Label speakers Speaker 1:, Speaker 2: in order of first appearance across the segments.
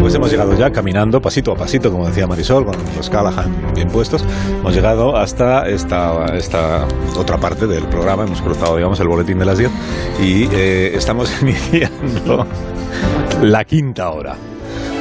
Speaker 1: Pues hemos llegado ya caminando pasito a pasito, como decía Marisol, con los Callahan bien puestos. Hemos llegado hasta esta, esta otra parte del programa. Hemos cruzado, digamos, el boletín de las 10 y eh, estamos iniciando la quinta hora.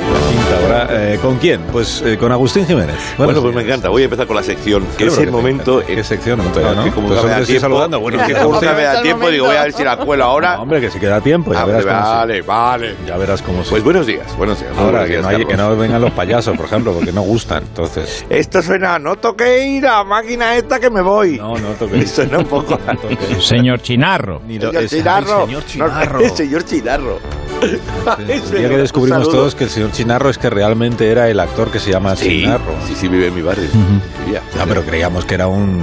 Speaker 1: La quinta hora. eh, ¿Con quién? Pues eh, con Agustín Jiménez.
Speaker 2: Bueno,
Speaker 1: Buenos
Speaker 2: pues me
Speaker 1: días.
Speaker 2: encanta. Voy a empezar con la sección. que
Speaker 1: Claro,
Speaker 2: es
Speaker 1: que
Speaker 2: el
Speaker 1: te
Speaker 2: momento.
Speaker 1: encanta. ¿Qué sección? No, todavía
Speaker 2: No,
Speaker 1: no.
Speaker 2: que como no me
Speaker 1: Pues ahora
Speaker 2: da
Speaker 1: estoy
Speaker 2: tiempo-
Speaker 1: saludando. Buenos
Speaker 2: que
Speaker 1: días,
Speaker 2: como no
Speaker 1: Agustín.
Speaker 2: me da
Speaker 3: Hasta el
Speaker 2: tiempo, digo, voy a ver si la cuelo
Speaker 1: No,
Speaker 2: ahora.
Speaker 1: hombre, que se queda tiempo. Ya
Speaker 2: Ah,
Speaker 1: verás
Speaker 2: vale,
Speaker 1: cómo sí.
Speaker 2: vale, vale.
Speaker 1: Ya verás cómo sí.
Speaker 2: Pues buenos días, buenos días.
Speaker 1: Ahora,
Speaker 2: buenos
Speaker 1: que
Speaker 2: días,
Speaker 1: no, hay- que
Speaker 2: Carlos.
Speaker 1: no vengan los payasos, por ejemplo, porque no gustan. Entonces,
Speaker 2: Esto suena, no toquéis la máquina esta que me voy.
Speaker 1: no, no
Speaker 2: Me
Speaker 1: toques.
Speaker 2: suena un poco a...
Speaker 4: Señor Chinarro.
Speaker 1: Ni lo-
Speaker 2: Señor
Speaker 1: es- ay,
Speaker 2: Chinarro.
Speaker 1: señor
Speaker 2: No,
Speaker 1: Chinarro.
Speaker 2: el señor Chinarro.
Speaker 1: El día que descubrimos todos que el señor Chinarro es que realmente era el actor que se llama
Speaker 2: Sí,
Speaker 1: Chinarro.
Speaker 2: sí, sí, vive en mi barrio. Vivía.
Speaker 1: Ah, pero creíamos que era un...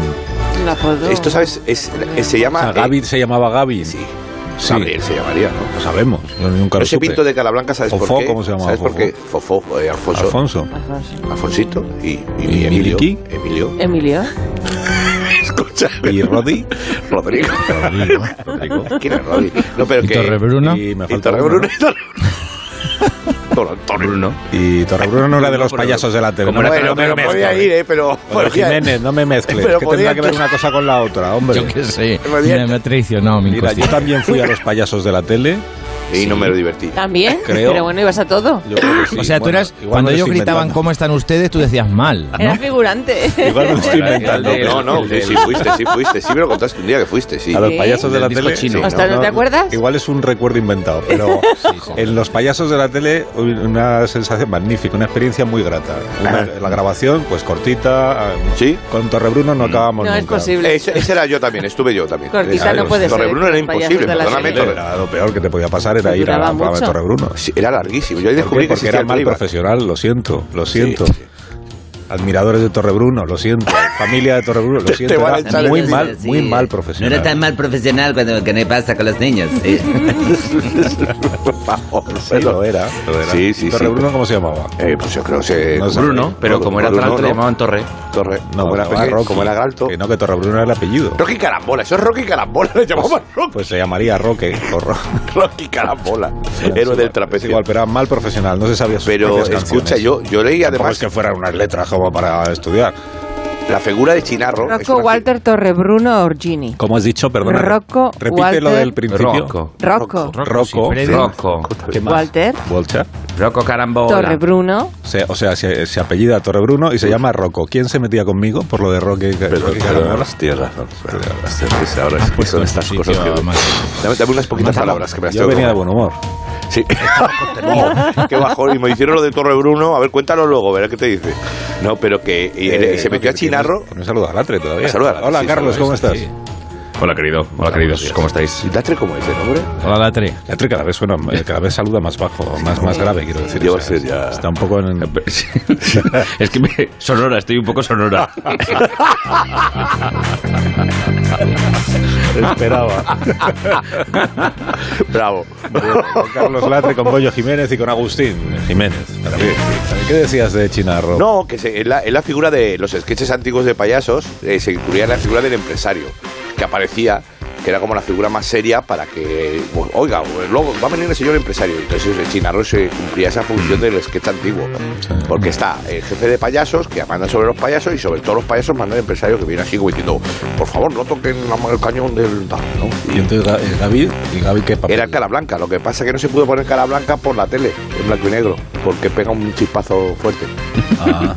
Speaker 2: Esto, ¿sabes? Es- es- se
Speaker 1: O
Speaker 2: llama... eh,
Speaker 1: sea, Gaby se llamaba Gaby.
Speaker 2: Sí.
Speaker 1: Sí.
Speaker 2: Gabriel se llamaría, ¿no?
Speaker 1: Lo sabemos. Yo nunca lo
Speaker 2: Ese
Speaker 1: supe.
Speaker 2: pinto de Calablanca, ¿sabes
Speaker 1: Fofó,
Speaker 2: por qué?
Speaker 1: ¿cómo se llamaba
Speaker 2: ¿Sabes por
Speaker 1: Fofó?
Speaker 2: qué? Fofó, eh, Alfonso.
Speaker 1: Alfonso.
Speaker 2: Alfonsito y, y,
Speaker 1: ¿Y
Speaker 2: Emilio.
Speaker 1: Miliki?
Speaker 2: Emilio.
Speaker 3: Emilio.
Speaker 2: Escucha.
Speaker 1: ¿Y Rodi?
Speaker 2: Rodrigo.
Speaker 1: Rodrigo.
Speaker 2: ¿Quién es Rodri? No, pero
Speaker 4: ¿Y
Speaker 2: que...
Speaker 4: Torrebruno?
Speaker 1: Y me
Speaker 2: Y
Speaker 1: falta uno,
Speaker 2: Torrebruno.
Speaker 1: ¿no?
Speaker 2: Don Antonio, ¿no?
Speaker 1: Y Torrebruno no era de los payasos de la tele.
Speaker 4: Como
Speaker 1: no
Speaker 4: era
Speaker 1: me-
Speaker 2: Bueno,
Speaker 1: no me
Speaker 2: pero
Speaker 1: lo
Speaker 2: podía
Speaker 1: mezcles.
Speaker 2: ir, ¿eh? Pero...
Speaker 1: Bueno,
Speaker 2: podía-
Speaker 1: Jiménez, no me mezcles.
Speaker 2: Pero
Speaker 1: que tendrá
Speaker 2: podía-
Speaker 1: que ver una cosa con la otra, hombre.
Speaker 4: Yo qué sé.
Speaker 2: Revienta.
Speaker 4: Me, me traicionó mi
Speaker 1: Mira, yo
Speaker 4: inconsciencia.
Speaker 1: también fui a los payasos de la tele.
Speaker 2: Y no me lo divertí.
Speaker 3: También.
Speaker 1: Creo.
Speaker 3: Pero bueno, ibas a todo.
Speaker 1: Yo creo que sí.
Speaker 4: O sea, tú
Speaker 1: Bueno,
Speaker 4: eras.
Speaker 1: igual
Speaker 4: Cuando
Speaker 1: me lo
Speaker 4: ellos
Speaker 1: estoy
Speaker 4: gritaban
Speaker 1: inventando.
Speaker 4: cómo están ustedes, tú decías mal. ¿no?
Speaker 3: Era figurante.
Speaker 1: Igual me lo estoy inventando. ¿eh?
Speaker 2: No, no, sí, sí fuiste, sí fuiste. Sí me lo contaste un día que fuiste, sí.
Speaker 1: A los
Speaker 3: ¿Sí?
Speaker 1: payasos de
Speaker 2: Del
Speaker 1: la
Speaker 2: disco
Speaker 1: tele.
Speaker 2: chino.
Speaker 3: ¿Hasta no te acuerdas?
Speaker 1: Igual es un recuerdo inventado, pero en los payasos de la tele uy, una sensación magnífica, una experiencia muy grata. Una- la grabación, pues cortita. ah,
Speaker 2: ¿Sí? Mm.
Speaker 1: Con Torrebruno no acabamos
Speaker 3: No es
Speaker 1: nunca.
Speaker 3: posible.
Speaker 2: Ese, ese era yo también, estuve yo también.
Speaker 3: Cortita
Speaker 1: no
Speaker 3: puede ser,
Speaker 2: Torrebruno era
Speaker 3: los payasos
Speaker 2: imposible,
Speaker 3: de la
Speaker 2: perdóname,
Speaker 3: tele.
Speaker 2: Torrebruno.
Speaker 1: Era lo peor que te podía pasar era ir a la
Speaker 3: Duraba
Speaker 1: programa de
Speaker 3: mucho.
Speaker 1: Torrebruno.
Speaker 2: Sí, era larguísimo. Yo ahí
Speaker 1: ¿Por
Speaker 2: descubrí que
Speaker 1: qué? Porque
Speaker 2: existía
Speaker 1: era
Speaker 2: el
Speaker 1: mal
Speaker 2: playback.
Speaker 1: profesional, lo siento, lo siento.
Speaker 2: Sí, sí.
Speaker 1: Admiradores de Torrebruno, lo siento. Familia de Torrebruno, lo
Speaker 2: Te- te
Speaker 1: siento.
Speaker 2: van a
Speaker 1: Era
Speaker 2: echar
Speaker 1: muy
Speaker 2: en
Speaker 1: mal, muy mal
Speaker 5: No
Speaker 1: profesional.
Speaker 5: era tan mal profesional cuando que me pasa con los niños. sí.
Speaker 2: Por favor,
Speaker 1: Sí, lo era. lo era.
Speaker 2: Sí, sí, sí.
Speaker 1: Torrebruno, ¿cómo se llamaba?
Speaker 2: Eh, pues yo creo que...
Speaker 1: No sé.
Speaker 4: Bruno,
Speaker 2: pero como era tan alto, le llamaban
Speaker 4: Torre.
Speaker 2: Torre.
Speaker 1: No,
Speaker 2: como, era
Speaker 1: no,
Speaker 2: pequeño,
Speaker 1: Rocky.
Speaker 2: como era alto.
Speaker 1: Que no, que Torrebruno era el apellido.
Speaker 2: Rocky Carambola, eso es Rocky Carambola, le llamaban Rocky,
Speaker 1: Pues se llamaría Roque. o Ro-
Speaker 2: Rocky Carambola,
Speaker 1: Era
Speaker 2: héroe del
Speaker 1: Es
Speaker 2: trapecio.
Speaker 1: igual, pero era mal profesional, no se sabía sus
Speaker 2: pero
Speaker 1: propias
Speaker 2: escucha,
Speaker 1: canciones.
Speaker 2: yo, yo leí
Speaker 1: Tampoco
Speaker 2: además
Speaker 1: es que fueran unas letras como para estudiar.
Speaker 2: la figura de Chinarro. es
Speaker 3: Rocco
Speaker 2: una fi-
Speaker 3: Walter Torrebruno Orgini.
Speaker 1: Como has dicho, perdona.
Speaker 3: Rocco,
Speaker 1: Repite lo
Speaker 3: Walter,
Speaker 1: del principio.
Speaker 6: Rocco.
Speaker 3: Rocco.
Speaker 1: Rocco.
Speaker 4: Freddy.
Speaker 6: Rocco.
Speaker 1: ¿Qué más?
Speaker 3: Walter.
Speaker 1: Volcha.
Speaker 6: Rocco Carambola.
Speaker 3: Torrebruno.
Speaker 1: Se- o sea, se, se apellida Torrebruno y se llama Rocco. ¿Quién se metía conmigo por lo de Roque?
Speaker 2: Pero,
Speaker 1: Roque
Speaker 2: pero
Speaker 1: Carambola? Pues
Speaker 2: ahora tienes razón. pero ahora es que Ahora es que son estas cosas que... Pues Dame, dame unas poquitas palabras que me has
Speaker 1: yo venía de buen humor.
Speaker 2: Sí. Oh, qué bajón. Y me hicieron lo de Torre Bruno. A ver, cuéntalo luego, verá qué te dice. No, pero que y él-
Speaker 1: Eh,
Speaker 2: se metió
Speaker 1: Roque,
Speaker 2: a Chinarro.
Speaker 1: que No saluda a Latre todavía.
Speaker 2: Me saluda a Latre,
Speaker 1: Hola,
Speaker 2: sí,
Speaker 1: Carlos,
Speaker 2: saluda,
Speaker 1: ¿cómo
Speaker 2: sí,
Speaker 1: estás?
Speaker 2: sí.
Speaker 6: Hola, querido. Hola, queridos. ¿Cómo estáis?
Speaker 2: Latre como es de nombre.
Speaker 4: Hola, la tri.
Speaker 1: Latre cada vez suena, eh, cada vez saluda más bajo, más, más grave, quiero decir.
Speaker 2: Lleva a ser ya-
Speaker 1: Está un poco en...
Speaker 6: es que me... Sonora, estoy un poco sonora.
Speaker 1: Esperaba.
Speaker 2: Bravo.
Speaker 1: con Carlos Latre, con Goyo Jiménez y con Agustín Jiménez. también. ¿Qué decías de Chinarro?
Speaker 2: No, que se- es, la, es la figura de los sketches antiguos de payasos, eh, se incluía la figura del empresario, que aparecía, que era como la figura más seria para que, pues, oiga, pues, luego va a venir el señor empresario. Entonces el Chinarro se cumplía esa
Speaker 1: Mm.
Speaker 2: función del sketch antiguo, porque está el jefe de payasos que manda sobre los payasos y sobre todos los payasos manda el empresario que viene así como diciendo, por favor, no toquen la- el cañón del tal, ¿no?
Speaker 1: Y entonces Ga- eh, Gaby, ¿y Gaby qué papel?
Speaker 2: Era cara blanca, lo que pasa es que no se pudo poner cara blanca por la tele, en blanco y negro, porque pega un chispazo fuerte.
Speaker 1: Ah.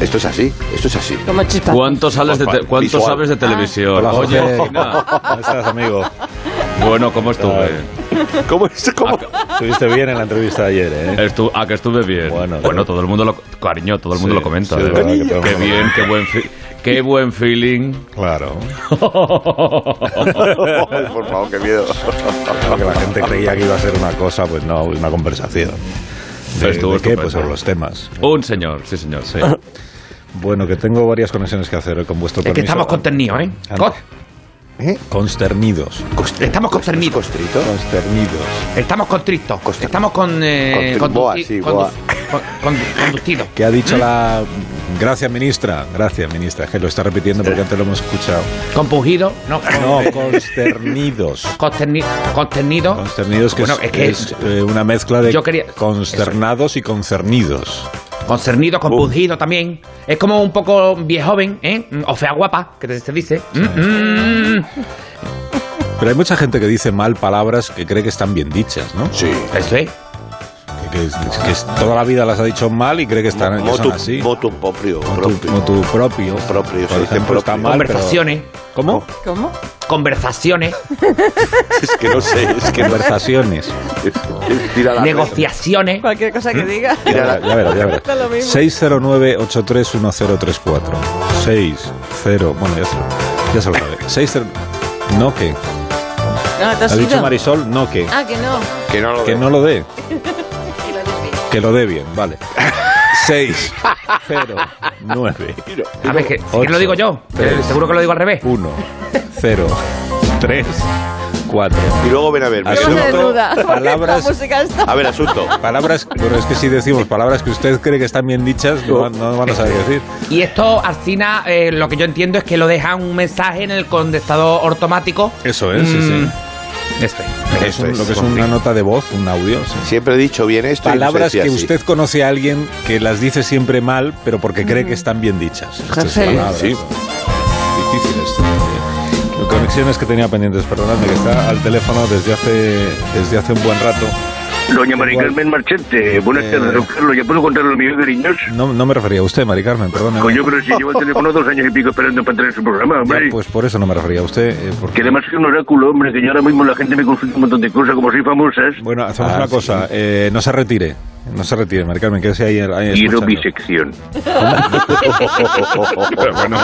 Speaker 2: Esto es así, esto es así.
Speaker 3: Como Ah. chispa.
Speaker 6: ¿Cuánto, sales de te-
Speaker 2: Visual.
Speaker 6: cuánto sabes de televisión?
Speaker 1: Hola,
Speaker 6: Oye,
Speaker 1: José.
Speaker 6: Gina.
Speaker 1: ¿Cómo estás, amigo?
Speaker 6: Bueno, ¿cómo estuve?
Speaker 2: ¿Cómo es? ¿Cómo?
Speaker 1: Estuviste bien en la entrevista de ayer, ¿eh?
Speaker 6: Estu- ah, que estuve bien.
Speaker 1: Bueno,
Speaker 6: Bueno,
Speaker 1: claro.
Speaker 6: todo el mundo lo... Cariño, todo el mundo
Speaker 1: Sí,
Speaker 6: lo comenta.
Speaker 1: sí,
Speaker 6: ¿eh?
Speaker 1: es verdad que todo el
Speaker 6: qué
Speaker 1: mundo lo
Speaker 6: bien, qué buen, fi- qué buen feeling.
Speaker 1: Claro.
Speaker 2: Ay, por favor, qué miedo.
Speaker 1: Claro que la gente creía que iba a ser una cosa, pues no, una conversación. ¿De,
Speaker 6: Estuvo
Speaker 1: de qué?
Speaker 6: estupendo.
Speaker 1: Pues sobre los temas.
Speaker 6: Un señor, sí, señor.
Speaker 1: Sí. Bueno, que tengo varias conexiones que hacer eh, con vuestro
Speaker 6: Es que
Speaker 1: permiso.
Speaker 6: estamos consternidos, ¿eh?
Speaker 1: Ah,
Speaker 6: Co-
Speaker 1: ¿Eh? Consternidos.
Speaker 6: cos- Estamos consternidos.
Speaker 2: ¿Costrito?
Speaker 1: Consternidos.
Speaker 6: Estamos contrictos.
Speaker 2: Costa-
Speaker 6: Estamos con. Eh,
Speaker 2: Con- boa,
Speaker 6: conduci-
Speaker 2: sí,
Speaker 6: condu-
Speaker 2: boa.
Speaker 6: con- con- Conducidos.
Speaker 1: ¿Qué ha dicho la... Gracias, ministra. Gracias, ministra. Es que lo está repitiendo porque antes lo hemos escuchado.
Speaker 6: Compungidos. No,
Speaker 1: No, consternidos.
Speaker 6: consterni- consternidos.
Speaker 1: Consternidos que
Speaker 6: Bueno,
Speaker 1: es,
Speaker 6: es que
Speaker 1: es, eh, una mezcla de
Speaker 6: yo quería-
Speaker 1: consternados y concernidos.
Speaker 6: Concernido, compungido también. Es como un poco viejoven, ¿eh? O fea guapa, que te- se dice. Mm, mm, mm.
Speaker 1: Pero hay mucha gente que dice mal palabras que cree que están bien dichas, ¿no?
Speaker 2: Sí.
Speaker 6: Eso es.
Speaker 1: Que, que- que toda la vida las ha dicho mal y cree que, están, que son
Speaker 2: Motu,
Speaker 1: así.
Speaker 2: motu propio.
Speaker 1: Como tu,
Speaker 2: propio.
Speaker 1: como tu propio.
Speaker 2: Propio,
Speaker 1: Por
Speaker 2: sí,
Speaker 1: ejemplo, está
Speaker 2: propio.
Speaker 1: mal, pero-
Speaker 6: conversaciones.
Speaker 1: ¿Cómo?
Speaker 3: ¿Cómo?
Speaker 6: Conversaciones.
Speaker 2: Es que no sé, es que no
Speaker 1: Conversaciones.
Speaker 2: Tira la
Speaker 6: negociaciones.
Speaker 3: Cualquier cosa que diga.
Speaker 1: Ya verás, ya verás, ya verás.
Speaker 3: Está lo mismo.
Speaker 1: 609-831034. 60. Bueno, ya se, ya se lo sabe. 60. No que.
Speaker 3: No, ¿te has
Speaker 1: Ha dicho
Speaker 3: ido?
Speaker 1: Marisol, no que.
Speaker 3: Ah, que no.
Speaker 2: Que no lo
Speaker 1: Que
Speaker 2: veo.
Speaker 1: no lo dé. Que lo dé bien, vale. 6 0 9
Speaker 6: A ver, que, si que lo digo yo.
Speaker 1: Tres.
Speaker 6: Eh, seguro que lo digo al revés.
Speaker 1: 1 0 3 4.
Speaker 2: Y luego ven a ver.
Speaker 3: Yo
Speaker 1: Asunto,
Speaker 3: me
Speaker 2: mira.
Speaker 3: desnuda. porque
Speaker 1: palabras-
Speaker 3: La música está...
Speaker 2: A ver, asunto.
Speaker 1: Palabras, pero es que si decimos palabras que usted cree que están bien dichas, no, van- no van a saber decir.
Speaker 6: Y esto, Arcina, eh, lo que yo entiendo es que lo deja un mensaje en el contestador automático.
Speaker 1: Eso es, sí, sí. Mm.
Speaker 6: Este.
Speaker 1: Lo que es,
Speaker 2: Eso
Speaker 1: un-
Speaker 2: es,
Speaker 1: lo que es
Speaker 2: confirmo.
Speaker 1: una nota de voz, un audio. sí.
Speaker 2: Siempre he dicho bien esto. y no se
Speaker 1: Palabras
Speaker 2: decía
Speaker 1: que
Speaker 2: así.
Speaker 1: usted conoce a alguien que las dice siempre mal, pero porque cree que están bien dichas. Estas
Speaker 3: José.
Speaker 1: palabras
Speaker 2: Sí.
Speaker 1: son Difíciles. sí. Conexiones que tenía pendientes, perdonadme, que está al teléfono desde hace, desde hace un buen rato.
Speaker 7: Doña Mari
Speaker 1: Igual.
Speaker 7: Carmen Marchante, buenas
Speaker 1: Eh.
Speaker 7: tardes, don Carlos. ¿Ya puedo contar los míos cariños?
Speaker 1: No, no me refería a usted, Mari Carmen, perdóneme.
Speaker 7: Coño, pero si llevo el teléfono dos años y pico esperando para entrar en su programa,
Speaker 1: Ya,
Speaker 7: hombre.
Speaker 1: pues por eso no me refería a usted. eh, porque-
Speaker 7: Que además soy un oráculo, hombre, que yo ahora mismo la gente me confunde un montón de cosas, como soy famosas.
Speaker 1: Bueno, hacemos
Speaker 2: Ah,
Speaker 1: una
Speaker 2: sí.
Speaker 1: cosa. eh, no se retire. No se retire, Mari Carmen, quédese ahí, ahí
Speaker 7: Quiero
Speaker 1: escuchando.
Speaker 7: bisección.
Speaker 2: Pero bueno,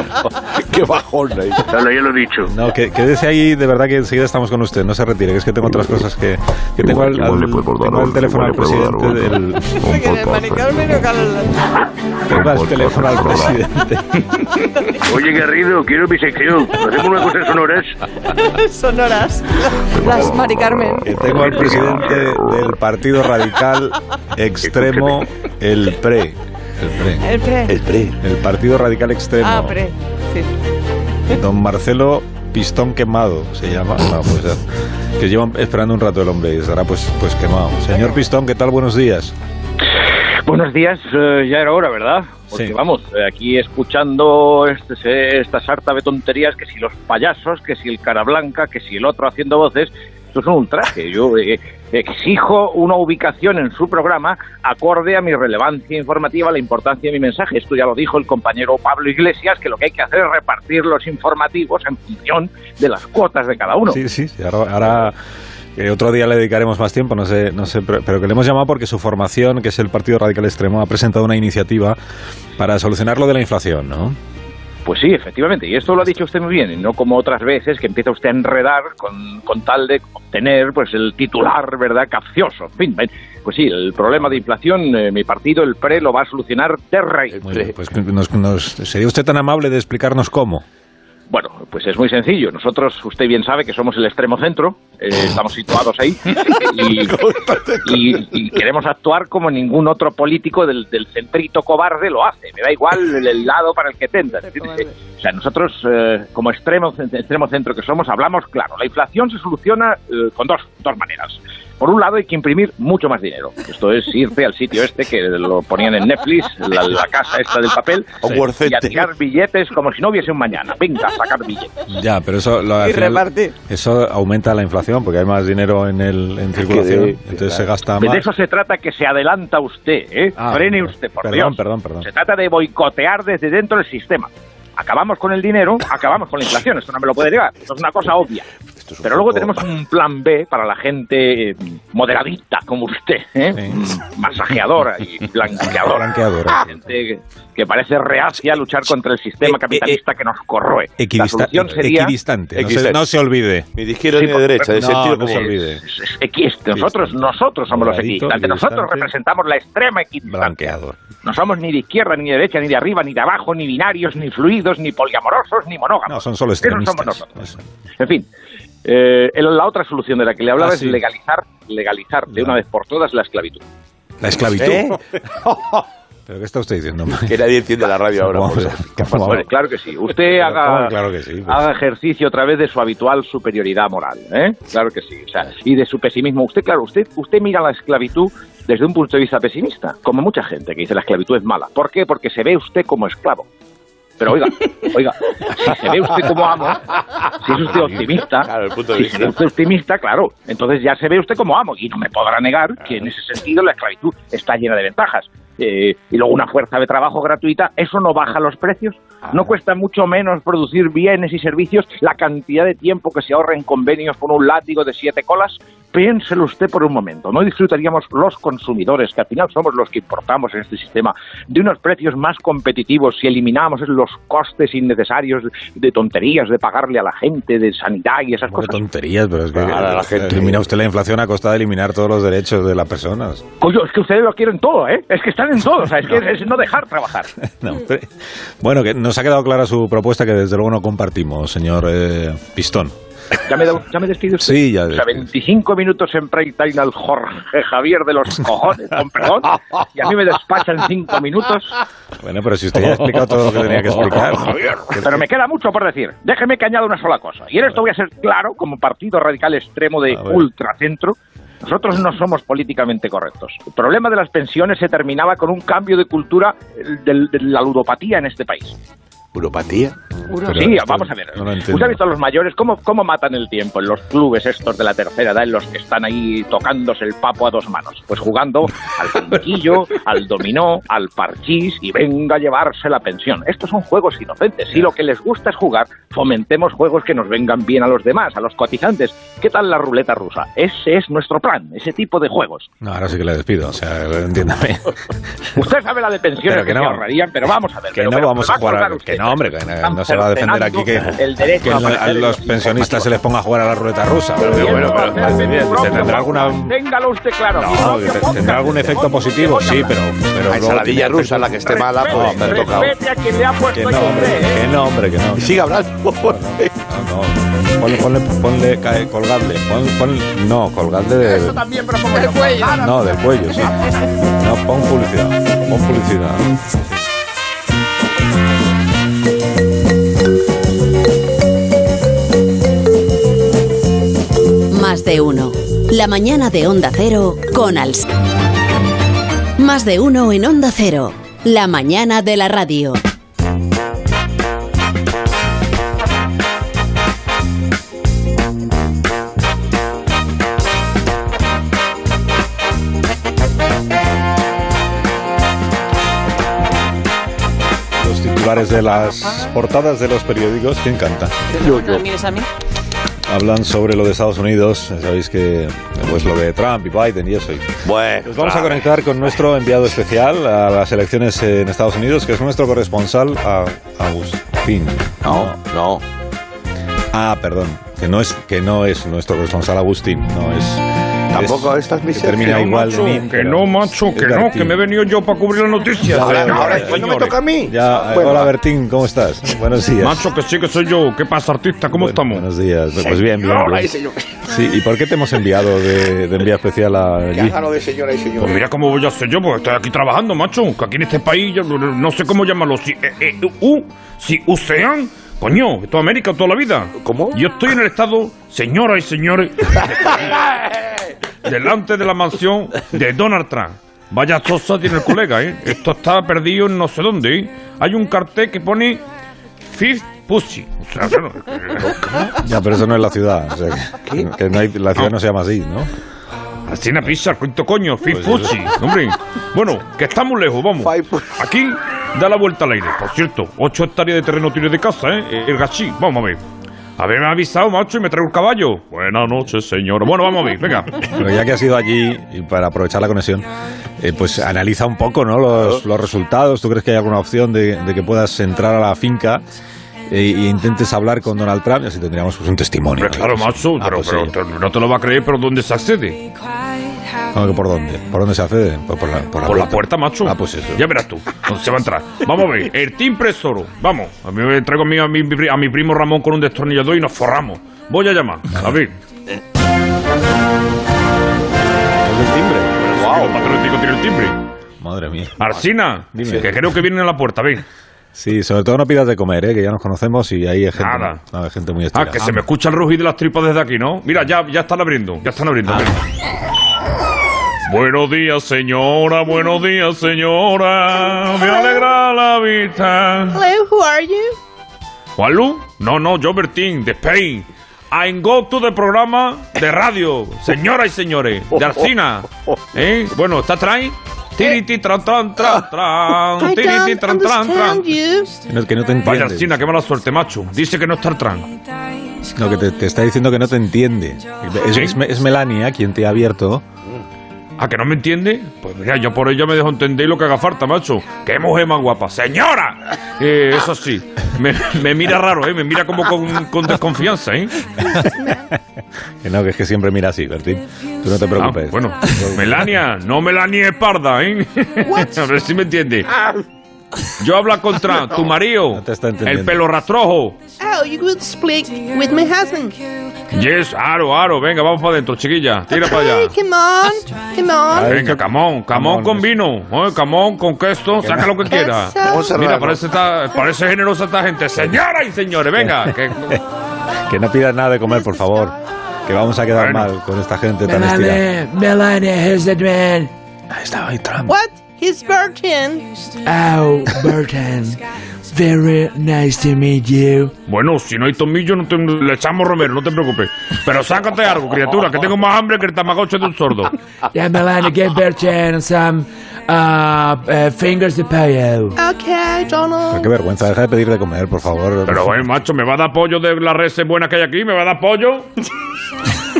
Speaker 2: qué bajón ahí.
Speaker 7: Hala, ya lo he dicho.
Speaker 1: No, que, quédese ahí, de verdad que enseguida estamos con usted. No se retire, que es que tengo otras cosas que, que tengo al, al- tengo al teléfono al presidente del...
Speaker 3: Que de Mari Carmen o Carlos-
Speaker 1: Tengo al teléfono al presidente.
Speaker 7: Oye, Garrido, quiero bisección. Hacemos una cosa en sonoras.
Speaker 3: Sonoras. Las Mari Carmen.
Speaker 1: Que tengo al presidente del Partido Radical Extremo, el PRE. El PRE.
Speaker 3: El pre.
Speaker 2: El pre.
Speaker 1: El Partido Radical Extremo.
Speaker 3: Ah, pre. Sí.
Speaker 1: Don Marcelo Pistón Quemado se llama. No, pues ya. Que llevan esperando un rato el hombre y estará pues, pues quemado. Señor Pistón, ¿qué tal? Buenos días.
Speaker 8: Buenos días, eh, ya era hora, ¿verdad? Porque
Speaker 1: Sí.
Speaker 8: vamos, eh, aquí escuchando este, se- esta sarta de tonterías, que si los payasos, que si el cara blanca, que si el otro haciendo voces, esto es un ultraje. Yo eh, exijo una ubicación en su programa acorde a mi relevancia informativa, la importancia de mi mensaje. Esto ya lo dijo el compañero Pablo Iglesias, que lo que hay que hacer es repartir los informativos en función de las cuotas de cada uno.
Speaker 1: Sí, sí, sí, ahora, ahora, eh, otro día le dedicaremos más tiempo, no sé, no sé, pero, pero que le hemos llamado porque su formación, que es el Partido Radical Extremo, ha presentado una iniciativa para solucionar lo de la inflación, ¿no?
Speaker 8: Pues sí, efectivamente, y esto lo ha dicho usted muy bien, y no como otras veces que empieza usted a enredar con, con tal de obtener pues el titular, ¿verdad?, capcioso. En fin, ven, pues sí, el problema de inflación, eh, mi partido, el PRE, lo va a solucionar de raíz.
Speaker 1: Muy bien, pues que nos- nos- sería usted tan amable de explicarnos cómo.
Speaker 8: Bueno, pues es muy sencillo. Nosotros, usted bien sabe que somos el extremo centro, eh,
Speaker 1: Oh.
Speaker 8: estamos situados ahí y, y- y queremos actuar como ningún otro político del, del centrito cobarde lo hace. Me da igual el, el lado para el que tendan.
Speaker 3: Cobarde.
Speaker 8: O sea, nosotros, eh, como extremo, cen- extremo centro que somos, hablamos claro. La inflación se soluciona eh, con dos, dos maneras. Por un lado, hay que imprimir mucho más dinero. Esto es irte al sitio este que lo ponían en Netflix, la, la casa esta del papel,
Speaker 2: A un World
Speaker 8: y a
Speaker 2: Center.
Speaker 8: tirar billetes como si no hubiese un mañana. Venga, a sacar billetes.
Speaker 1: Ya, pero eso lo- al
Speaker 3: Y repartir.
Speaker 1: eso aumenta la inflación porque hay más dinero en el en circulación,
Speaker 2: de-
Speaker 1: entonces se gasta
Speaker 8: De
Speaker 1: más.
Speaker 8: eso se trata que se adelanta usted, ¿eh?
Speaker 1: Ah,
Speaker 8: Frene
Speaker 1: perdón,
Speaker 8: usted, por
Speaker 1: perdón,
Speaker 8: Dios.
Speaker 1: perdón, perdón.
Speaker 8: Se trata de boicotear desde dentro el sistema. Acabamos con el dinero, acabamos con la inflación. Esto no me lo puede negar. Esto es una cosa obvia.
Speaker 2: Esto es un
Speaker 8: Pero luego
Speaker 2: poco-
Speaker 8: tenemos un plan B para la gente eh, moderadita como usted, ¿eh? masajeadora y blanqueadora.
Speaker 1: Blanqueadora.
Speaker 8: Gente que parece reacia a luchar contra el sistema
Speaker 2: Eh,
Speaker 8: capitalista que nos corroe. pues, La
Speaker 1: Equidista-
Speaker 8: solución sería
Speaker 1: eh, equidistante. No se,
Speaker 2: Equidistante.
Speaker 1: no se olvide.
Speaker 2: Ni de izquierda
Speaker 8: Sí,
Speaker 2: ni de
Speaker 8: por-
Speaker 2: derecha, de
Speaker 1: no,
Speaker 2: sentido
Speaker 1: no se
Speaker 2: común.
Speaker 1: olvide.
Speaker 8: es equidistante. Nosotros, nosotros somos los
Speaker 1: Blanqueadito,
Speaker 8: equidistantes. Nosotros
Speaker 1: equidistante.
Speaker 8: representamos la extrema equidistancia.
Speaker 1: Blanqueador.
Speaker 8: No somos ni de izquierda, ni de derecha, ni de arriba, ni de abajo, ni binarios, ni fluidos, ni poliamorosos, ni monógamos.
Speaker 1: No, son solo
Speaker 8: Eso somos
Speaker 1: extremistas.
Speaker 8: nosotros. En fin, eh, el- la otra solución de la que le hablaba
Speaker 1: Ah,
Speaker 8: es
Speaker 1: sí.
Speaker 8: legalizar, legalizar de
Speaker 1: Ya.
Speaker 8: una vez por todas la esclavitud.
Speaker 1: La esclavitud.
Speaker 2: ¿Eh?
Speaker 1: ¿Pero qué está usted diciendo?
Speaker 2: Que nadie entiende la radio ahora.
Speaker 1: Vamos
Speaker 2: por
Speaker 1: a-
Speaker 2: eso.
Speaker 1: vamos a-
Speaker 8: Hombre, claro que sí. Usted
Speaker 1: Pero,
Speaker 8: haga,
Speaker 1: ¿cómo? Claro que sí, pues.
Speaker 8: haga ejercicio a través de su habitual superioridad moral, ¿eh? Claro que sí. O sea, y de su pesimismo. Usted, claro, usted, usted mira la esclavitud desde un punto de vista pesimista, como mucha gente que dice la esclavitud es mala. ¿Por qué? Porque se ve usted como esclavo. Pero oiga, oiga, si se ve usted como amo, ¿eh? si es usted optimista,
Speaker 2: Ah, Claro, el punto de
Speaker 8: si
Speaker 2: vista.
Speaker 8: se ve usted optimista, claro, entonces ya se ve usted como amo y no me podrá negar que en ese sentido la esclavitud está llena de ventajas. Eh, y luego una fuerza de trabajo gratuita, ¿eso no baja los precios?
Speaker 2: Ah.
Speaker 8: ¿No cuesta mucho menos producir bienes y servicios la cantidad de tiempo que se ahorra en convenios por un látigo de siete colas? Piénselo usted por un momento, ¿no disfrutaríamos los consumidores, que al final somos los que importamos en este sistema, de unos precios más competitivos si eliminamos los costes innecesarios de tonterías, de pagarle a la gente, de sanidad y esas
Speaker 1: Bueno,
Speaker 8: cosas?
Speaker 1: tonterías, pero es que
Speaker 2: Ahora la gente-
Speaker 1: elimina usted la inflación a costa de eliminar todos los derechos de las personas.
Speaker 8: Coño, es que ustedes lo quieren todo, ¿eh? Es que están en todo, o sea, es que es, es no dejar trabajar.
Speaker 1: No, hombre. Bueno, que nos ha quedado clara su propuesta que desde luego no compartimos, señor eh, Pistón.
Speaker 8: Ya me, da- ya me despide usted.
Speaker 1: Sí, ya
Speaker 8: O sea,
Speaker 1: despide.
Speaker 8: 25 minutos en prime time al Jorge Javier de los cojones, con perdón, y a mí me despachan 5 minutos,
Speaker 1: Bueno, pero si usted ya ha explicado todo lo que tenía que explicar.
Speaker 8: pero me queda mucho por decir. Déjeme que añada una sola cosa, y en esto voy a ser claro como partido radical extremo de
Speaker 1: A ver.
Speaker 8: ultracentro. Nosotros no somos políticamente correctos. El problema de las pensiones se terminaba con un cambio de cultura eh, del- de la ludopatía en este país.
Speaker 2: ¿Uropatía?
Speaker 1: Pero
Speaker 8: sí,
Speaker 1: esto
Speaker 8: vamos a ver.
Speaker 1: Este no lo entiendo.
Speaker 8: ¿Usted ha visto a los mayores cómo, cómo matan el tiempo en los clubes estos de la tercera edad, en los que están ahí tocándose el papo a dos manos? Pues jugando al banquillo, al dominó, al parchís y venga a llevarse la pensión. Estos son juegos inocentes. Si lo que les gusta es jugar, fomentemos juegos que nos vengan bien a los demás, a los cotizantes. ¿Qué tal la ruleta rusa? Ese es nuestro plan, ese tipo de juegos.
Speaker 1: No, ahora sí que le despido, o sea, entiéndame.
Speaker 8: Usted sabe la de pensiones
Speaker 1: Pero que
Speaker 8: que, se
Speaker 1: no.
Speaker 8: ahorrarían, pero vamos a ver.
Speaker 1: Que
Speaker 8: pero-
Speaker 1: no
Speaker 8: pero
Speaker 1: vamos
Speaker 8: me
Speaker 1: a
Speaker 8: va
Speaker 1: jugar a-
Speaker 8: acordar usted.
Speaker 1: que no, hombre, que no,
Speaker 8: Están
Speaker 1: no se va a defender aquí que,
Speaker 8: cercenando el derecho
Speaker 1: que
Speaker 8: a
Speaker 1: lo- a
Speaker 8: aparecer en
Speaker 1: los
Speaker 8: los
Speaker 1: pensionistas se les ponga a jugar a la ruleta rusa. Pero bueno, pero se tendrá alguna
Speaker 8: Téngalo usted claro. Mi
Speaker 1: no,
Speaker 8: propio
Speaker 1: te-
Speaker 8: podcast.
Speaker 1: tendrá algún efecto positivo, sí, pero pero
Speaker 2: La
Speaker 1: luego
Speaker 2: ensaladilla
Speaker 1: tiene-
Speaker 2: rusa, la que esté mala,
Speaker 8: Respete,
Speaker 2: pues me ha tocado.
Speaker 8: respete a quien le ha puesto
Speaker 1: Que
Speaker 8: ahí
Speaker 1: no, hombre,
Speaker 8: usted, ¿eh?
Speaker 1: que no, hombre, que no. que
Speaker 2: Sigue hablando.
Speaker 1: No, no, ponle, ponle, ponle, cae- colgadle, pon, pon- no, colgadle
Speaker 8: Eso
Speaker 1: del,
Speaker 8: también, pero como yo-
Speaker 3: cuello.
Speaker 8: Ahora,
Speaker 1: no, del cuello, sí. No, pon publicidad, pon publicidad.
Speaker 9: Más de uno. La mañana de Onda Cero con Alsina. Más de uno en Onda Cero. La mañana de la radio.
Speaker 1: Los titulares de las portadas de los periódicos, ¿quién canta?
Speaker 3: No me mires a mí.
Speaker 1: Hablan sobre lo de Estados Unidos, ya sabéis que pues lo de Trump y Biden y eso. y-
Speaker 2: Bueno,
Speaker 1: Nos Pues vamos a conectar con nuestro enviado especial a las elecciones en Estados Unidos, que es nuestro corresponsal a- Agustín.
Speaker 2: No, no.
Speaker 1: Ah, perdón, que no es que no es nuestro corresponsal Agustín, no es.
Speaker 2: Tampoco
Speaker 1: es-
Speaker 2: estas
Speaker 1: que
Speaker 2: misas.
Speaker 1: termina igual de mí,
Speaker 6: que
Speaker 1: pero-
Speaker 6: no, macho, que
Speaker 1: Es
Speaker 6: no,
Speaker 1: Bertín.
Speaker 6: que me he venido yo para cubrir ¿eh? la noticia.
Speaker 1: Ya,
Speaker 2: Ahora,
Speaker 1: ya,
Speaker 2: no, ahora
Speaker 1: ya,
Speaker 2: ¿cuándo me toca a mí?
Speaker 1: Ya, eh,
Speaker 2: Bueno,
Speaker 1: hola
Speaker 2: va.
Speaker 1: Bertín, ¿cómo estás? Buenos días.
Speaker 6: Macho, que sí que soy yo. ¿Qué pasa, artista? ¿Cómo
Speaker 1: Bueno,
Speaker 6: estamos?
Speaker 1: Buenos días. Pues bien, bien.
Speaker 2: Señora
Speaker 1: bien.
Speaker 2: y señor.
Speaker 1: Sí, ¿y por qué te hemos enviado de, de envía especial a
Speaker 2: Que
Speaker 1: allí?
Speaker 2: haga lo de señora y señor.
Speaker 6: Pues mira cómo voy a ser yo, pues estoy aquí trabajando, macho. Que aquí en este país, yo no- no sé cómo llamarlo. Si, eh, eh, u, si USEAN, coño, esto es América toda la vida.
Speaker 2: ¿Cómo?
Speaker 6: Yo estoy en el estado, señoras y señores, delante de la mansión de Donald Trump. Vaya sosa tiene el colega, ¿eh? Esto está perdido en no sé dónde, ¿eh? Hay un cartel que pone Fifth Pussy. O sea, claro,
Speaker 1: Ya, pero eso no es la ciudad. o sea, que, que no hay- la ciudad no se llama así, ¿no?
Speaker 6: Así una pizza, cuento coño, Fifth
Speaker 1: Pues
Speaker 6: Pussy, hombre. Bueno, que está muy lejos, vamos.
Speaker 2: Five Pussy.
Speaker 6: Aquí da la vuelta al aire, por cierto. Ocho hectáreas de terreno tiene de casa, ¿eh? El gachí, vamos a ver. Haberme avisado, macho, y me traigo el caballo. Buenas noches, señor. Bueno, vamos a ver, venga.
Speaker 1: Pero ya que has ido allí y para aprovechar la conexión, eh, pues analiza un poco ¿no? los, los resultados. ¿Tú crees que hay alguna opción de, de que puedas entrar a la finca e, e intentes hablar con Donald Trump? Y así tendríamos pues, un testimonio.
Speaker 6: Hombre, claro, macho,
Speaker 1: Ah,
Speaker 6: pero,
Speaker 1: pues
Speaker 6: pero
Speaker 1: sí.
Speaker 6: te- no te lo va a creer, pero ¿dónde se accede?
Speaker 1: ¿Cómo que ¿Por dónde? ¿Por dónde se accede? Pues por la,
Speaker 6: Por la puerta, macho.
Speaker 1: Ah, pues eso.
Speaker 6: Ya verás tú, ¿dónde se va a entrar? Vamos a ver, el timbre es oro. Vamos, a mí me traigo a mi, a mi, a mi primo Ramón con un destornillador y nos forramos. Voy a llamar, a ver. Wow. patriótico tiene el timbre.
Speaker 1: Madre mía.
Speaker 6: Arsina,
Speaker 1: Dime.
Speaker 6: que creo que vienen a la puerta, ven.
Speaker 1: Sí, sobre todo no pidas de comer, ¿eh? que ya nos conocemos y ahí hay gente,
Speaker 6: Nada.
Speaker 1: hay gente muy
Speaker 6: Ah,
Speaker 1: estirada.
Speaker 6: que se me escucha el rugir de las tripas desde aquí, ¿no? Mira, ya, ya están abriendo, ya están abriendo. Ven. Buenos días, señora, buenos días, señora. Me alegra la vista.
Speaker 3: Hello, who are you?
Speaker 6: ¿Juanlu? No, no, yo Bertín, de Spain. I'm go to the programa de radio, señoras y señores, de Arcina. ¿Eh? Bueno, ¿está train? Tiriti, tran, tran, tran, tran.
Speaker 3: I
Speaker 6: Tiriti,
Speaker 3: don't
Speaker 6: tran, tran, tran.
Speaker 3: understand you.
Speaker 1: Que no, que no te
Speaker 6: Vaya,
Speaker 1: entiende.
Speaker 6: Arcina, qué mala suerte, macho. Dice que no está el tran.
Speaker 1: No, que te, te está diciendo que no te entiende. Es,
Speaker 6: ¿Sí?
Speaker 1: es Me- es Melania quien te ha abierto.
Speaker 6: ¿A que no me entiende? Pues mira, yo por ella me dejo entender lo que haga falta, macho. ¡Qué mujer más guapa! ¡Señora! Eh, eso sí, me, me mira raro, ¿eh? Me mira como con, con desconfianza, ¿eh?
Speaker 1: Que no, que es que siempre mira así, Bertín. Tú no te
Speaker 6: Ah,
Speaker 1: preocupes.
Speaker 6: bueno, Melania, no Melania Esparda, ¿eh? A ver si me entiende. Yo hablo contra tu marido,
Speaker 1: No te está entendiendo.
Speaker 6: el pelo rastrojo.
Speaker 3: Oh, you could speak with my husband.
Speaker 6: Yes, aro, aro, venga, vamos para adentro, chiquilla, tira para allá.
Speaker 3: Hey, come on, come on.
Speaker 6: Venga, camón, camón
Speaker 1: Camón,
Speaker 6: con vino, eh, camón con queso, saca lo que quiera.
Speaker 3: Eso.
Speaker 2: Vamos a
Speaker 6: Mira,
Speaker 2: cerrar.
Speaker 6: parece, esta- parece generosa esta gente. Señoras y señores, venga. que-
Speaker 1: Que no pidas nada de comer, por favor. Que vamos a quedar
Speaker 6: Bueno.
Speaker 1: mal con esta gente tan estirada.
Speaker 10: Melania has the man.
Speaker 3: What? He's Bertin.
Speaker 10: Oh, Burton. Very nice to meet you.
Speaker 6: bueno, si no hay tomillo, no te- le echamos romero, no te preocupes. Pero sácate algo, criatura, que tengo más hambre que el tamagotchi de un sordo.
Speaker 3: Ah.
Speaker 10: Yeah, Melania, get Burton some uh, uh, fingers de pollo.
Speaker 3: Okay,
Speaker 1: Pero
Speaker 3: Donald.
Speaker 1: qué vergüenza, deja de pedir de comer, por favor.
Speaker 6: Pero, eh, macho, ¿me va a dar pollo de las reses buenas que hay aquí? ¿Me va a dar pollo?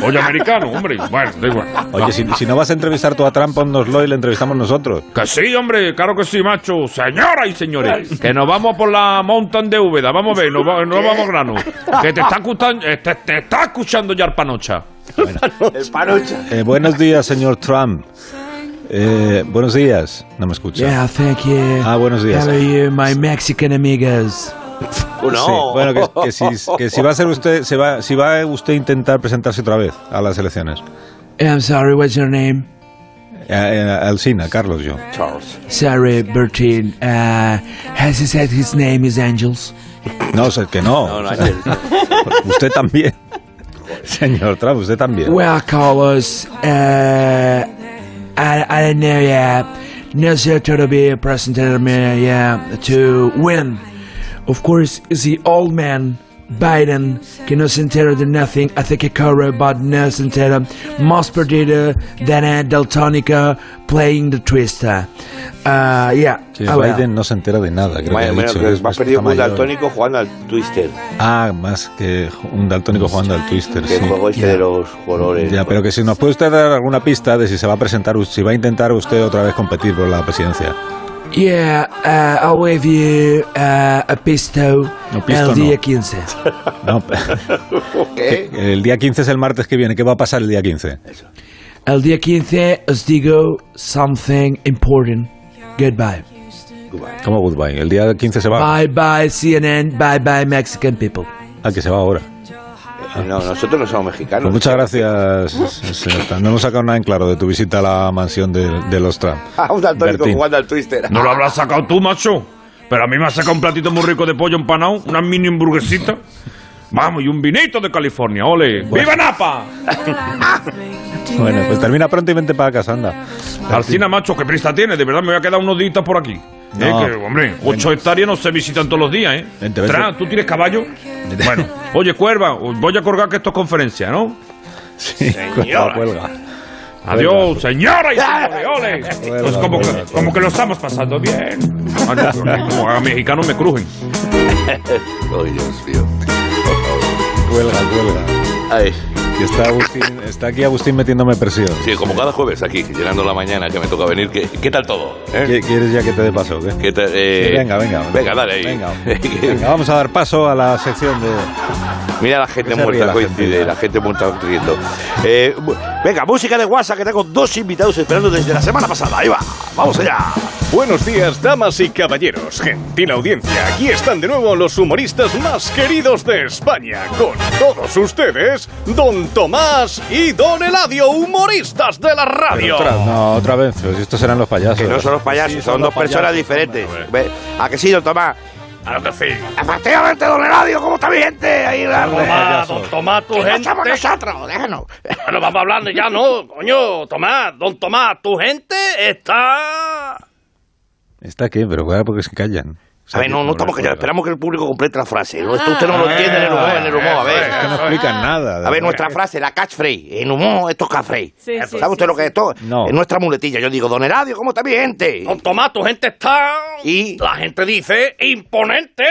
Speaker 6: Pollo americano, hombre. Bueno, da igual.
Speaker 1: Oye, si, si no vas a entrevistar tú a Trump, ponnoslo y le entrevistamos nosotros.
Speaker 6: Que sí, hombre, claro que sí, macho. Señoras y señores, que nos vamos por la mountain de Úbeda. Vamos a ver, nos, va- nos vamos a grano. Que te está, escuchando, eh, te, te está escuchando ya el panocha.
Speaker 2: El panocha.
Speaker 1: Eh, buenos días, señor Trump. Eh, buenos días. No me escucha.
Speaker 10: Yeah, thank you.
Speaker 1: Ah, buenos días.
Speaker 10: How are you, my Mexican amigos?
Speaker 2: Uh,
Speaker 1: Sí, Bueno, que, que si, que si va a ser usted, se va, si va a usted intentar presentarse otra vez a las elecciones.
Speaker 10: I'm sorry, what's your name?
Speaker 1: Al Sina, eh, Carlos, yo.
Speaker 2: Charles.
Speaker 10: Sorry, Bertin. Uh, has he said his name is Angels?
Speaker 1: No, sé que no.
Speaker 2: No, no, Ángel.
Speaker 1: Usted también. Señor Trump, usted también.
Speaker 10: Well, Carlos, uh, I, I don't know yet. Necessary to be presented me, yeah, to win. Of course, it's the old man, Biden, que no se entera de nothing, hace que corre, but no se entera, más perdido than a daltónica playing the twister. Uh, yeah,
Speaker 1: Que
Speaker 10: ah, well.
Speaker 1: Biden no se entera de nada, creo
Speaker 2: Bueno,
Speaker 1: que ha
Speaker 2: bueno,
Speaker 1: dicho.
Speaker 2: que
Speaker 1: Es
Speaker 2: más
Speaker 1: está
Speaker 2: perdido que un
Speaker 1: mayor.
Speaker 2: daltónico jugando al Twister.
Speaker 1: Ah, más que un daltónico jugando al twister,
Speaker 2: Que
Speaker 1: sí.
Speaker 2: el juego este de los colores.
Speaker 1: Ya, pero que si nos puede usted dar alguna pista de si se va a presentar, si va a intentar usted otra vez competir por la presidencia.
Speaker 10: Yeah, uh, I'll give you uh, a pistol,
Speaker 1: No, pisto
Speaker 10: el día
Speaker 1: no.
Speaker 10: 15.
Speaker 1: No,
Speaker 2: ¿Qué?
Speaker 1: el día 15 es el martes que viene. ¿Qué va a pasar el día 15?
Speaker 10: El día 15 os digo something important. Goodbye.
Speaker 1: ¿Cómo goodbye? El día 15 se va.
Speaker 10: Bye bye CNN, bye bye Mexican people.
Speaker 1: Ah, que se va ahora.
Speaker 2: No, nosotros no somos mexicanos.
Speaker 1: Ah. Pues muchas gracias, señor Trump. No hemos sacado nada en claro de tu visita a la mansión de, de los Trump.
Speaker 2: Ah, un daltónico
Speaker 1: Bertín.
Speaker 2: jugando al Twister.
Speaker 6: ¿No lo habrás sacado tú, macho? Pero a mí me has sacado un platito muy rico de pollo empanado, una mini hamburguesita. Vamos, y un vinito de California, ole. ¡Viva Napa!
Speaker 1: Bueno, pues termina pronto y vente para casa, anda.
Speaker 6: Alcina, macho, qué prisa tiene. De verdad, me voy a quedar unos días por aquí. Eh,
Speaker 1: No.
Speaker 6: que, hombre, ocho hectáreas no se visitan todos los días, ¿eh?
Speaker 1: Vente, vente.
Speaker 6: Tra, ¿Tú tienes caballo? Bueno, oye, Cuerva, os voy a colgar que esto es conferencia, ¿no?
Speaker 1: Sí, cuelga, cuelga.
Speaker 6: Adiós, señora y señores, ole.
Speaker 1: Cuelga,
Speaker 6: Pues como, que,
Speaker 1: cuelga.
Speaker 6: como que lo estamos pasando bien. Ah, no, pero como a mexicanos me crujen.
Speaker 2: Oh, Dios mío.
Speaker 1: Cuelga, cuelga. Y está, Agustín, está aquí Agustín metiéndome presión.
Speaker 2: Sí, como cada jueves aquí, llenando la mañana que me toca venir. ¿Qué, qué tal todo?
Speaker 1: ¿Qué- ¿Quieres ya que te dé paso? o qué?
Speaker 2: ¿Qué tal, eh?
Speaker 1: ¿Eh? Sí, venga, venga.
Speaker 2: Venga, dale ahí.
Speaker 1: Venga, venga, vamos a dar paso a la sección de...
Speaker 2: Mira la gente
Speaker 1: Que se
Speaker 2: muerta
Speaker 1: ríe la
Speaker 2: coincide, la gente muerta riendo. Eh, bu- venga, música de WhatsApp que tengo dos invitados esperando desde la semana pasada. Ahí va, vamos allá.
Speaker 11: Buenos días, damas y caballeros, gentil audiencia. Aquí están de nuevo los humoristas más queridos de España. Con todos ustedes, Don Tomás y Don Eladio, humoristas de la radio.
Speaker 1: Otra, no, otra vez. pero si Estos serán los payasos.
Speaker 2: Que no son los payasos,
Speaker 1: Sí,
Speaker 2: son,
Speaker 1: los
Speaker 2: dos personas
Speaker 1: payasos.
Speaker 2: diferentes. Ve, ¿A que sí, don Tomás?
Speaker 11: A que sí.
Speaker 2: Efectivamente, don Eladio, ¿cómo está mi gente? Ahí, la-
Speaker 12: Tomás, don Tomás, tu
Speaker 2: Que no
Speaker 12: gente.
Speaker 2: somos nosotros, déjanos.
Speaker 12: Bueno, vamos hablando ya, ¿no? Coño, Tomás, don Tomás, tu gente está...
Speaker 1: ¿Está qué? Pero claro, porque se callan.
Speaker 2: A ver, no, no estamos callados, esperamos que el público complete la frase. No, esto usted no lo
Speaker 1: pues, Ah,
Speaker 2: entiende en el humor, en el humor, a ver.
Speaker 1: Es que no
Speaker 12: Ah.
Speaker 1: explican nada.
Speaker 2: A ver, nuestra frase, la catchphrase. En humor, esto es café.
Speaker 12: Sí, sí,
Speaker 2: ¿Sabe usted
Speaker 12: sí,
Speaker 2: lo que es esto?
Speaker 1: No.
Speaker 2: Es nuestra muletilla. Yo digo, don Eladio, ¿cómo está mi gente?
Speaker 12: Don Tomás, tu gente está...
Speaker 2: Y...
Speaker 12: La gente dice, imponente.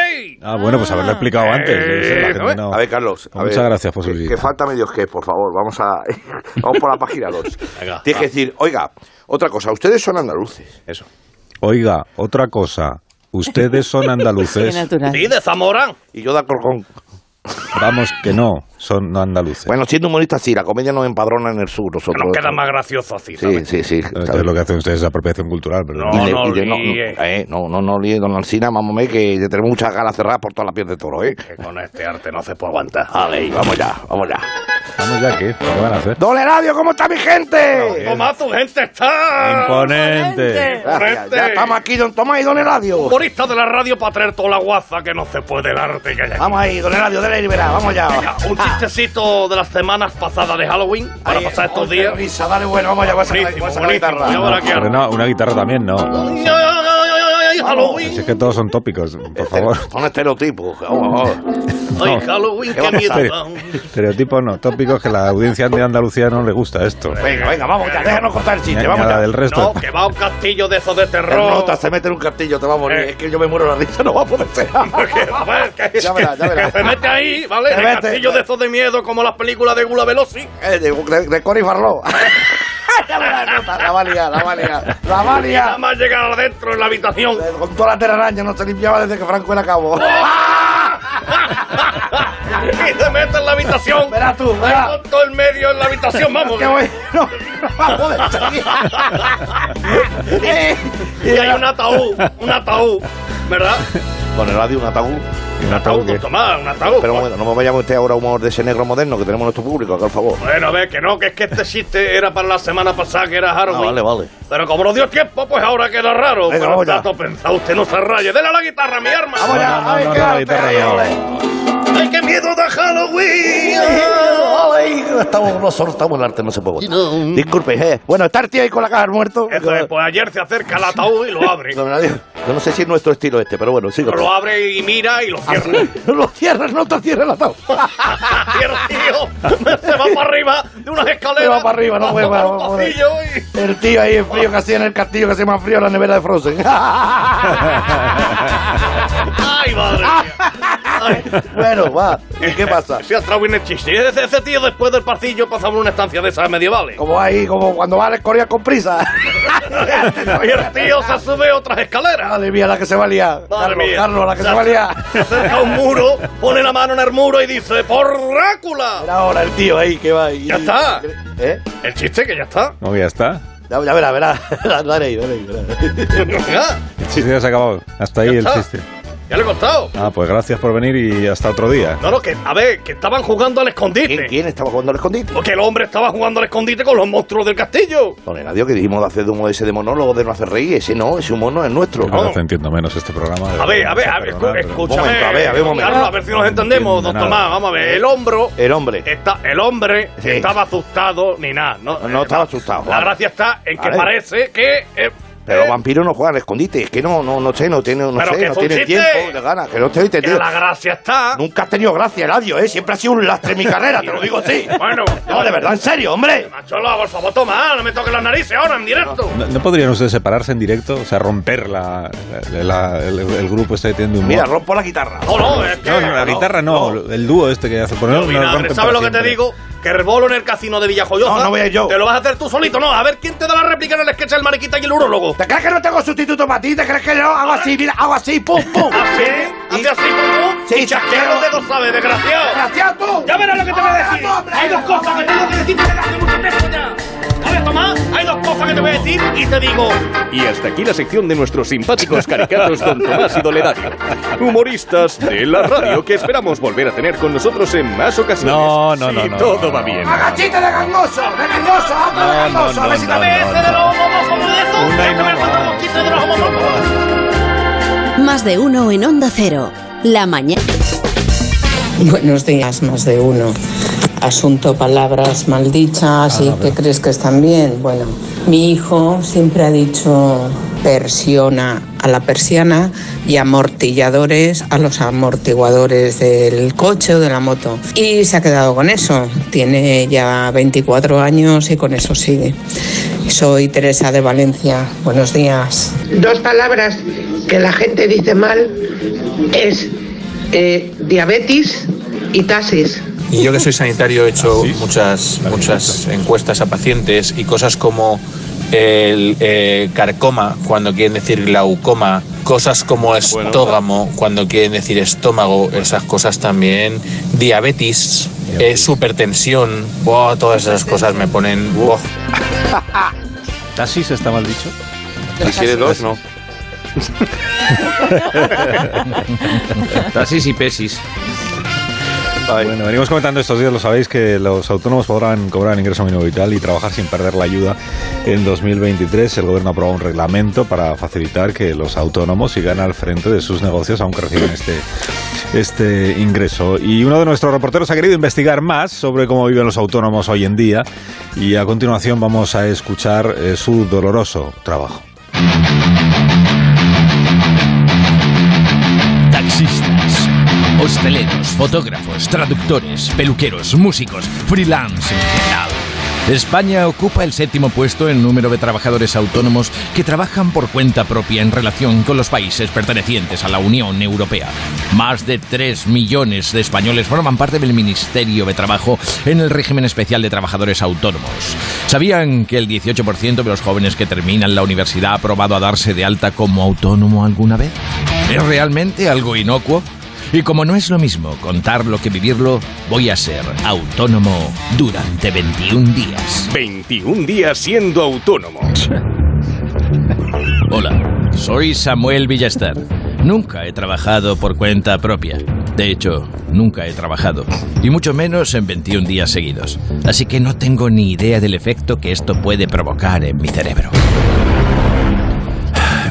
Speaker 1: Ah, bueno, pues haberlo explicado antes. yo qué sé, la gente no-
Speaker 2: eh,
Speaker 1: Pues
Speaker 2: A ver, Carlos. a
Speaker 1: Muchas
Speaker 2: ver,
Speaker 1: gracias por su
Speaker 2: que-
Speaker 1: visita.
Speaker 2: Que falta medios que, por favor, vamos a vamos por la página 2.
Speaker 1: Venga,
Speaker 2: Tienes
Speaker 1: va.
Speaker 2: que decir, oiga, otra cosa, ustedes son andaluces. Eso.
Speaker 1: Oiga, otra cosa. Ustedes son andaluces.
Speaker 12: Sí, de Zamora.
Speaker 2: Y yo de Alcorcón.
Speaker 1: Vamos que no, son no andaluces.
Speaker 2: Bueno, siendo humoristas, sí, la comedia nos empadrona en el sur, nosotros.
Speaker 12: Nos queda más gracioso así, ¿sabes?
Speaker 2: Sí, sí, sí.
Speaker 1: Entonces lo que hacen ustedes es apropiación cultural, pero
Speaker 2: Y le- y le- no, no, eh, no, no, no líe, don Alcina, mamame, que te tenemos muchas galas cerradas por toda la piel de toro, ¿eh?
Speaker 12: Que con este arte no se puede aguantar.
Speaker 2: Vale, vamos ya, vamos ya.
Speaker 1: Vamos ya, ¿qué? ¿Qué van a hacer?
Speaker 2: ¡Don Eladio, ¿cómo está mi gente?
Speaker 12: Tomás, tu gente está...
Speaker 1: Imponente.
Speaker 2: Gracias, ya estamos aquí, don Tomás y don Eladio.
Speaker 12: Humorista de la radio para traer toda la guaza que no se puede el arte que hay aquí.
Speaker 2: Vamos ahí, don Eladio, dale y verá, vamos ya.
Speaker 12: Venga, un chistecito de las semanas pasadas de Halloween para pasar estos días.
Speaker 2: Risa, dale, bueno, vamos ya, voy a sacar, voy a sacar la guitarra.
Speaker 12: Ya verá que
Speaker 1: Pero no, una guitarra también, no.
Speaker 12: ¡Ay, Halloween!
Speaker 1: Si es que todos son tópicos, por favor.
Speaker 2: Son estereotipos.
Speaker 1: Oh,
Speaker 2: vamos, vamos.
Speaker 12: ¡Ay, Halloween! ¡Qué miedo!
Speaker 1: Estereotipos no, tópicos que la audiencia de Andalucía no le gusta esto.
Speaker 2: Venga, venga, vamos ya, déjanos contar el chiste,
Speaker 1: Venga,
Speaker 2: vamos
Speaker 1: la
Speaker 2: ya.
Speaker 1: del resto.
Speaker 12: No, que va a un castillo de esos de
Speaker 2: El
Speaker 12: terror.
Speaker 2: nota se mete en un castillo, te va a morir.
Speaker 12: Eh.
Speaker 2: Es que yo me muero la risa, no va a poder ser. ya verás, ya verás.
Speaker 12: Que se mete ahí, ¿vale?
Speaker 2: Se
Speaker 12: En el
Speaker 2: mete.
Speaker 12: castillo de esos de miedo, como las películas de Gula Veloci.
Speaker 2: Eh, de, de, de Cory Barlow. Ya verás, nota, la va a liar, la va a liar. La va a
Speaker 12: Y
Speaker 2: liar. Eh,
Speaker 12: nada más llegar adentro en la habitación.
Speaker 2: Con toda la telaraña no se limpiaba desde que Franco era cabo.
Speaker 12: Y se mete en la habitación.
Speaker 2: Verás tú, verás.
Speaker 12: Ahí Con todo el medio en la habitación, vamos.
Speaker 2: Que voy, no, no va a poder salir. Eh,
Speaker 12: Y hay un ataúd, un ataúd, ¿verdad?
Speaker 2: Con el radio, un ataúd. Un
Speaker 12: Ataúd, don Tomás, un ataúd.
Speaker 2: Pero bueno, no me vayamos usted ahora a humor de ese negro moderno que tenemos en nuestro público, por favor.
Speaker 12: Bueno, a ver, que no, que es que este chiste era para la semana pasada, que era Halloween.
Speaker 2: Ah, vale, vale.
Speaker 12: Pero como no dio tiempo, pues ahora queda raro.
Speaker 2: Venga,
Speaker 12: Pero
Speaker 2: vamos ya.
Speaker 12: está todo pensado, usted no se raye. Dele a la guitarra, mi arma.
Speaker 2: Vamos ya,
Speaker 1: No, no, no, la guitarra no.
Speaker 12: ¡Ay, qué miedo de Halloween!
Speaker 2: Ay, Estamos, nosotros estamos en el arte, no se puede votar. Disculpe, eh. Bueno, estar tío ahí con la caja del muerto.
Speaker 12: Eso es, pues ayer se acerca al ataúd y lo abre.
Speaker 2: Don Eladio, Yo no sé si es nuestro estilo este, pero bueno, sigo.
Speaker 12: Lo abre y mira y lo cierra.
Speaker 2: No lo cierres, no te cierres el ataúd.
Speaker 12: Cierra, tío. Se va para arriba de unas escaleras.
Speaker 2: Se va para arriba, no pues, puede,
Speaker 12: por
Speaker 2: va,
Speaker 12: un
Speaker 2: va, va.
Speaker 12: pasillo y...
Speaker 2: El tío ahí en frío que hacía en el castillo, que hacía más frío en la nevera de Frozen.
Speaker 12: ¡Ay, madre mía! Ay.
Speaker 2: bueno, Ah, va. ¿Y qué pasa?
Speaker 12: Sí, atrás viene el chiste. Ese, ese tío después del pasillo pasaba una estancia de esas medievales.
Speaker 2: Como ahí, como cuando va a la escoria con prisa.
Speaker 12: Y el tío se sube otras escaleras.
Speaker 2: Madre mía, la que se va a liar.
Speaker 12: Madre
Speaker 2: Carlos,
Speaker 12: mía.
Speaker 2: Carlos, la que se
Speaker 12: Se
Speaker 2: va a liar.
Speaker 12: Se acerca a un muro, pone la mano en el muro y dice, ¡Por Drácula!
Speaker 2: Era ahora el tío ahí que va ahí.
Speaker 12: Ya está.
Speaker 2: ¿Eh?
Speaker 12: El chiste que ya está.
Speaker 1: No, ya está.
Speaker 2: Ya, ya verá, verá. Dale ahí, dale ahí, verá.
Speaker 12: Ya,
Speaker 1: El chiste ya se ha acabado. Hasta ahí el
Speaker 12: está.
Speaker 1: chiste.
Speaker 12: ya le he contado.
Speaker 1: Ah, pues gracias por venir y hasta otro día.
Speaker 12: No, no, que, a ver, que estaban jugando al
Speaker 2: ¿Quién,
Speaker 12: escondite.
Speaker 2: quién estaba jugando al escondite?
Speaker 12: Porque el hombre estaba jugando al escondite con los monstruos del castillo.
Speaker 2: Don Eladio, que dijimos de hacer de humo ese de monólogo, de no hacer reír. Ese no, ese humor no es nuestro.
Speaker 1: Cada vez entiendo menos este programa. de
Speaker 12: A ver,
Speaker 1: verdad,
Speaker 12: a ver,
Speaker 1: no
Speaker 12: a
Speaker 1: sé,
Speaker 12: ver, escu-
Speaker 1: perdonad, pero-
Speaker 12: escúchame.
Speaker 2: momento, a ver, a ver, un momento.
Speaker 12: Carlos, a ver si nos
Speaker 1: No
Speaker 12: entendemos, don
Speaker 1: entiendo nada.
Speaker 12: Tomás. Vamos a ver, el hombro.
Speaker 2: El hombre.
Speaker 12: Está, el hombre
Speaker 2: Eh. Sí.
Speaker 12: estaba asustado ni nada. No,
Speaker 2: No estaba asustado.
Speaker 12: La gracia está en que
Speaker 2: Vale.
Speaker 12: parece que eh,
Speaker 13: Pero los vampiros no juegan al escondite, es que no, no, no sé, no tiene, no
Speaker 12: Pero
Speaker 13: sé,
Speaker 12: que
Speaker 13: no
Speaker 12: fue un
Speaker 13: tiene
Speaker 12: chiste.
Speaker 13: tiempo de ganas, que no estoy entendiendo.
Speaker 12: Que la gracia está.
Speaker 13: Nunca has tenido gracia, radio, eh. Siempre ha sido un lastre en mi carrera, te lo digo así.
Speaker 12: Bueno.
Speaker 13: No, de verdad, en serio, hombre.
Speaker 12: Macholo, por favor, toma, no me toques las narices ahora en directo.
Speaker 1: ¿No, no podrían ustedes separarse en directo? O sea, romper la, la- la- el, el grupo este que tiene de humor.
Speaker 13: Mira, rompo la guitarra.
Speaker 12: No, no, es que.
Speaker 1: no, no, la guitarra no, el dúo este que hace poner.
Speaker 12: Vinagre, ¿Sabes lo que te digo? Que el bolo en el casino de Villajoyosa.
Speaker 1: No, no voy a ir yo.
Speaker 12: Te lo vas a hacer tú solito, no. A ver quién te da la réplica en el sketch del mariquita y el urologo.
Speaker 13: ¿Te crees que no tengo sustituto para ti? ¿Te crees que yo hago así? Mira, hago así, pum, pum.
Speaker 12: ¿Así? ¿Hace así como
Speaker 13: Sí,
Speaker 12: tú? y chasquear los
Speaker 13: chasqueo.
Speaker 12: dedos, ¿sabes? Desgraciado.
Speaker 13: Desgraciado tú. Ah,
Speaker 12: Ya verás lo que te voy a decir. Hay dos cosas que tengo que decirte desde hace mucho tiempo ya. ¿Sabes, Tomás? Hay dos cosas que te voy a decir y te digo.
Speaker 2: Y hasta aquí la sección de nuestros simpáticos caricatos Don Tomás y Doledario. Humoristas de la radio que esperamos volver a tener con nosotros en más ocasiones. No, no, no. todo va bien.
Speaker 13: ¡Agachita de gangoso! ¡De gangoso! hazlo de gangoso! a ver si también
Speaker 2: no,
Speaker 13: ese de los homófobos de eso.
Speaker 9: Más de uno en Onda Cero. La mañana.
Speaker 14: Buenos días, más de uno. Asunto palabras maldichas y que crees que están bien. Bueno, mi hijo siempre ha dicho persiona a la persiana y amortilladores a los amortiguadores del coche o de la moto. Y se ha quedado con eso. Tiene ya 24 años y con eso sigue. Soy Teresa de Valencia. Buenos días.
Speaker 15: Dos palabras que la gente dice mal es eh, diabetes y tasis.
Speaker 16: Y yo que soy sanitario he hecho muchas, muchas encuestas a pacientes y cosas como el eh, carcoma cuando quieren decir glaucoma, cosas como estógamo cuando quieren decir estómago, esas cosas también, diabetes, eh, supertensión, buah, todas esas cosas me ponen... buah.
Speaker 1: ¿Tasis está mal dicho?
Speaker 13: Si tiene dos, no.
Speaker 1: Tasis y pesis. Bueno, venimos comentando estos días, lo sabéis, que los autónomos podrán cobrar ingreso mínimo vital y trabajar sin perder la ayuda. En 2023 el gobierno aprobó un reglamento para facilitar que los autónomos sigan al frente de sus negocios aunque reciban este, este ingreso. Y uno de nuestros reporteros ha querido investigar más sobre cómo viven los autónomos hoy en día y a continuación vamos a escuchar eh, su doloroso trabajo.
Speaker 8: Taxistas, hosteleros, fotógrafos, traductores, peluqueros, músicos, freelance en general. España ocupa el séptimo puesto en número de trabajadores autónomos que trabajan por cuenta propia en relación con los países pertenecientes a la Unión Europea. Más de 3 millones de españoles forman parte del Ministerio de Trabajo en el régimen especial de trabajadores autónomos. ¿Sabían que el 18% de los jóvenes que terminan la universidad ha probado a darse de alta como autónomo alguna vez? ¿Es realmente algo inocuo? Y como no es lo mismo contarlo que vivirlo, voy a ser autónomo durante 21 días.
Speaker 2: 21 días siendo autónomo.
Speaker 8: Hola, soy Samuel Villastar. Nunca he trabajado por cuenta propia. De hecho, nunca he trabajado. Y mucho menos en 21 días seguidos. Así que no tengo ni idea del efecto que esto puede provocar en mi cerebro.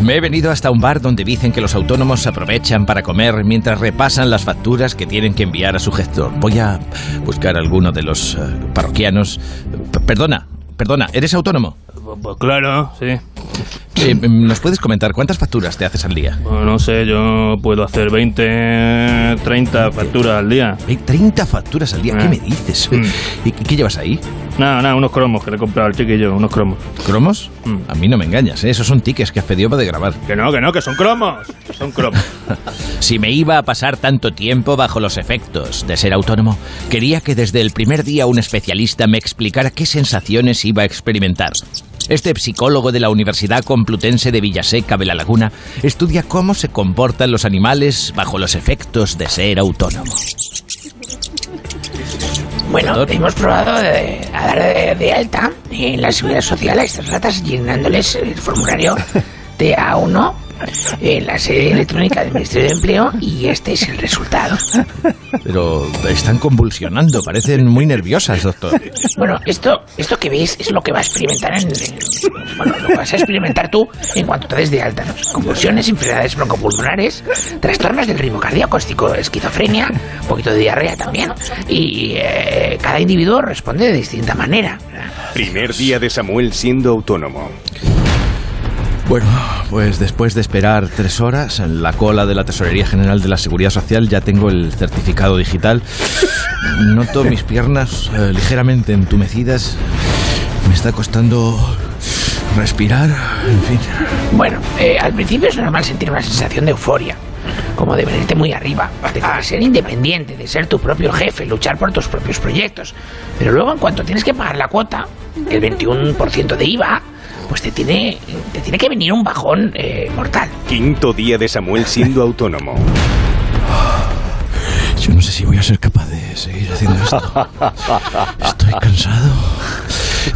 Speaker 8: Me he venido hasta un bar donde dicen que los autónomos se aprovechan para comer mientras repasan las facturas que tienen que enviar a su gestor. Voy a buscar a alguno de los eh, parroquianos. P- perdona, perdona, ¿eres autónomo?
Speaker 17: claro, sí.
Speaker 8: Eh, ¿Nos puedes comentar cuántas facturas te haces al día?
Speaker 17: Bueno, Pues no sé, yo puedo hacer 20, 30 facturas al día.
Speaker 8: ¿30 facturas al día?
Speaker 17: Ah.
Speaker 8: ¿Qué me dices? ¿Y qué qué llevas ahí?
Speaker 17: Nada, nada, Mm. unos cromos que le he comprado al chiquillo, unos cromos. Mm.
Speaker 8: ¿Cromos? A mí no me engañas, ¿eh? esos son tickets que has pedido para de grabar.
Speaker 17: Que no, que no, que son cromos. que Son cromos.
Speaker 8: Si me iba a pasar tanto tiempo bajo los efectos de ser autónomo, quería que desde el primer día un especialista me explicara qué sensaciones iba a experimentar. Este psicólogo de la Universidad Complutense de Villaseca de la Laguna estudia cómo se comportan los animales bajo los efectos de ser autónomo.
Speaker 18: Bueno, hemos probado de- a dar de, de alta en la seguridad social a estas ratas llenándoles el formulario de A1 en la sede electrónica del Ministerio de Empleo y este es el resultado.
Speaker 8: Pero están convulsionando, parecen muy nerviosas, doctor.
Speaker 18: Bueno, esto, esto que veis es lo que va a experimentar en, en- bueno, lo que vas a experimentar tú en cuanto te des de alta. ¿no? Convulsiones, enfermedades broncopulmonares, trastornos del ritmo cardíaco, estico- esquizofrenia, un poquito de diarrea también. Y eh, cada individuo responde de distinta manera.
Speaker 2: Primer día de Samuel siendo autónomo.
Speaker 13: Bueno, pues después de esperar tres horas en la cola de la Tesorería General de la Seguridad Social, ya tengo el certificado digital. Noto mis piernas eh, ligeramente entumecidas. Me está costando respirar. En fin.
Speaker 18: Bueno, eh, al principio es normal sentir una sensación de euforia, como de venirte muy arriba, de ser independiente, de ser tu propio jefe, luchar por tus propios proyectos. Pero luego, en cuanto tienes que pagar la cuota, el 21% de IVA, pues te tiene, te tiene que venir un bajón eh, mortal.
Speaker 19: Quinto día de Samuel siendo autónomo.
Speaker 13: Yo no sé si voy a ser capaz de seguir haciendo esto. Estoy cansado.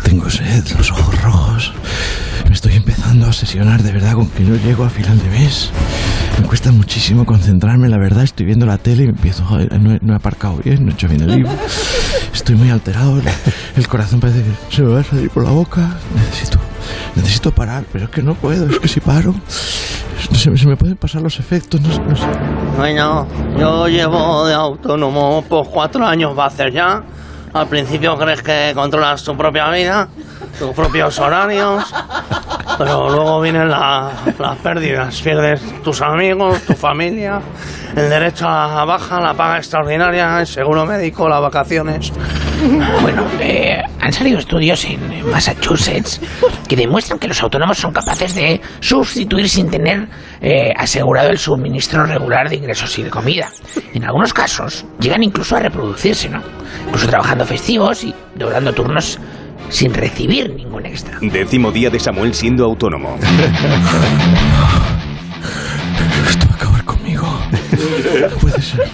Speaker 13: Tengo sed, los ojos rojos. Me estoy empezando a obsesionar de verdad con que no llego a final de mes. Me cuesta muchísimo concentrarme, la verdad. Estoy viendo la tele y empiezo, "Joder, no, he- no he aparcado bien, no he hecho bien el libro. Estoy muy alterado, el, el corazón parece que se me va a salir por la boca. Necesito, necesito parar, pero es que no puedo, es que si paro, se, me- se me pueden pasar los efectos. No, sé- no sé.
Speaker 12: Bueno, yo llevo de autónomo por cuatro años, va a hacer ya. Al principio crees que controlas tu propia vida, tus propios horarios, pero luego vienen la- las pérdidas. Pierdes tus amigos, tu familia, el derecho a la baja, la paga extraordinaria, el seguro médico, las vacaciones.
Speaker 18: Bueno, eh, han salido estudios en en Massachusetts que demuestran que los autónomos son capaces de sustituir sin tener eh, asegurado el suministro regular de ingresos y de comida. En algunos casos llegan incluso a reproducirse, ¿no? Incluso trabajando festivos y doblando turnos sin recibir ningún extra.
Speaker 19: Décimo día de Samuel siendo autónomo.
Speaker 13: conmigo. No puede ser.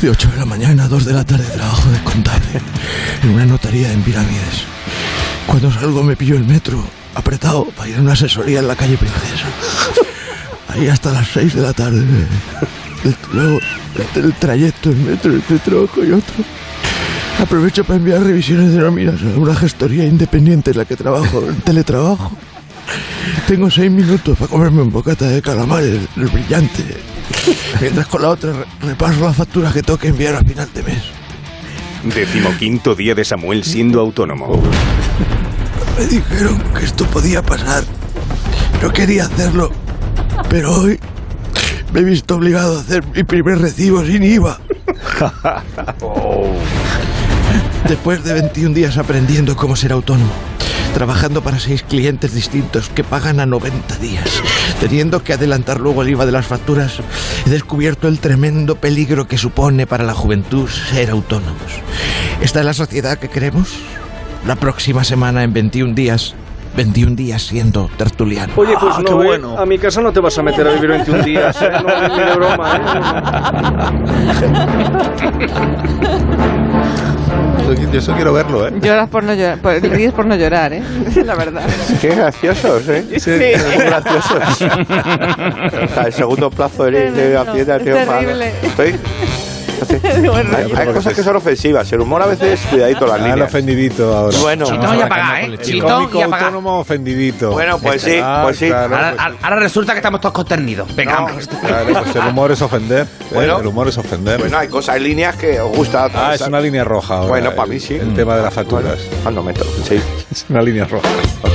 Speaker 13: De 8 de la mañana a 2 de la tarde trabajo de contable en una notaría en pirámides. Cuando salgo me pillo el metro apretado para ir a una asesoría en la calle Princesa. Ahí hasta las 6 de la tarde. El- Luego este, el, el trayecto, el metro, entre trabajo y otro. Aprovecho para enviar revisiones de nóminas a una gestoría independiente en la que trabajo, en teletrabajo. Tengo seis minutos para comerme un bocata de calamares, el brillante. Mientras con la otra re- repaso las facturas que tengo que enviar a final de mes.
Speaker 19: Decimoquinto día de Samuel siendo autónomo.
Speaker 13: Me dijeron que esto podía pasar. No quería hacerlo. Pero hoy me he visto obligado a hacer mi primer recibo sin IVA. Después de 21 días aprendiendo cómo ser autónomo, trabajando para seis clientes distintos que pagan a 90 días, teniendo que adelantar luego el IVA de las facturas, he descubierto el tremendo peligro que supone para la juventud ser autónomos. ¿Esta es la sociedad que queremos? La próxima semana, en 21 días, 21 días siendo tertuliano.
Speaker 16: Oye, pues
Speaker 1: Ah,
Speaker 16: no, eh, a mi casa no te vas a meter a vivir 21 días, ¿eh? No, ni de broma, ¿eh?
Speaker 2: Yo, eso quiero verlo, ¿eh?
Speaker 20: Lloras por no llorar, por, ríes por no llorar, ¿eh? La verdad.
Speaker 2: Qué graciosos, ¿eh?
Speaker 20: Sí.
Speaker 2: Qué graciosos. O sea, el segundo plazo de, de la fiesta,
Speaker 20: es
Speaker 2: tío, para-
Speaker 20: terrible.
Speaker 2: Estoy- Hay, hay cosas que son ofensivas. El humor a veces, cuidadito las
Speaker 1: Ah,
Speaker 2: líneas.
Speaker 1: el ofendidito ahora.
Speaker 2: Bueno.
Speaker 1: Chito,
Speaker 2: Vamos
Speaker 1: ya
Speaker 2: a la
Speaker 1: paga,
Speaker 2: cama
Speaker 1: ¿eh?
Speaker 2: con el
Speaker 1: Chito,
Speaker 2: chico.
Speaker 1: Cómico
Speaker 2: ya paga.
Speaker 1: autónomo ofendidito.
Speaker 2: Bueno, pues sí,
Speaker 1: Ah,
Speaker 2: pues sí.
Speaker 1: claro,
Speaker 2: Ahora-
Speaker 1: pues
Speaker 2: ahora-
Speaker 18: Ahora resulta que estamos todos consternidos. Venga, hombre.
Speaker 1: Claro, pues el humor es ofender. ¿eh?
Speaker 2: Bueno. Pues
Speaker 1: el humor es ofender.
Speaker 2: Bueno, hay cosas, hay líneas que os gusta. otras.
Speaker 1: ah, es una línea roja. ahora,
Speaker 2: Bueno, para
Speaker 1: el-
Speaker 2: mí sí.
Speaker 1: El tema de las facturas.
Speaker 2: Cuando meto, sí.
Speaker 1: Es una línea roja.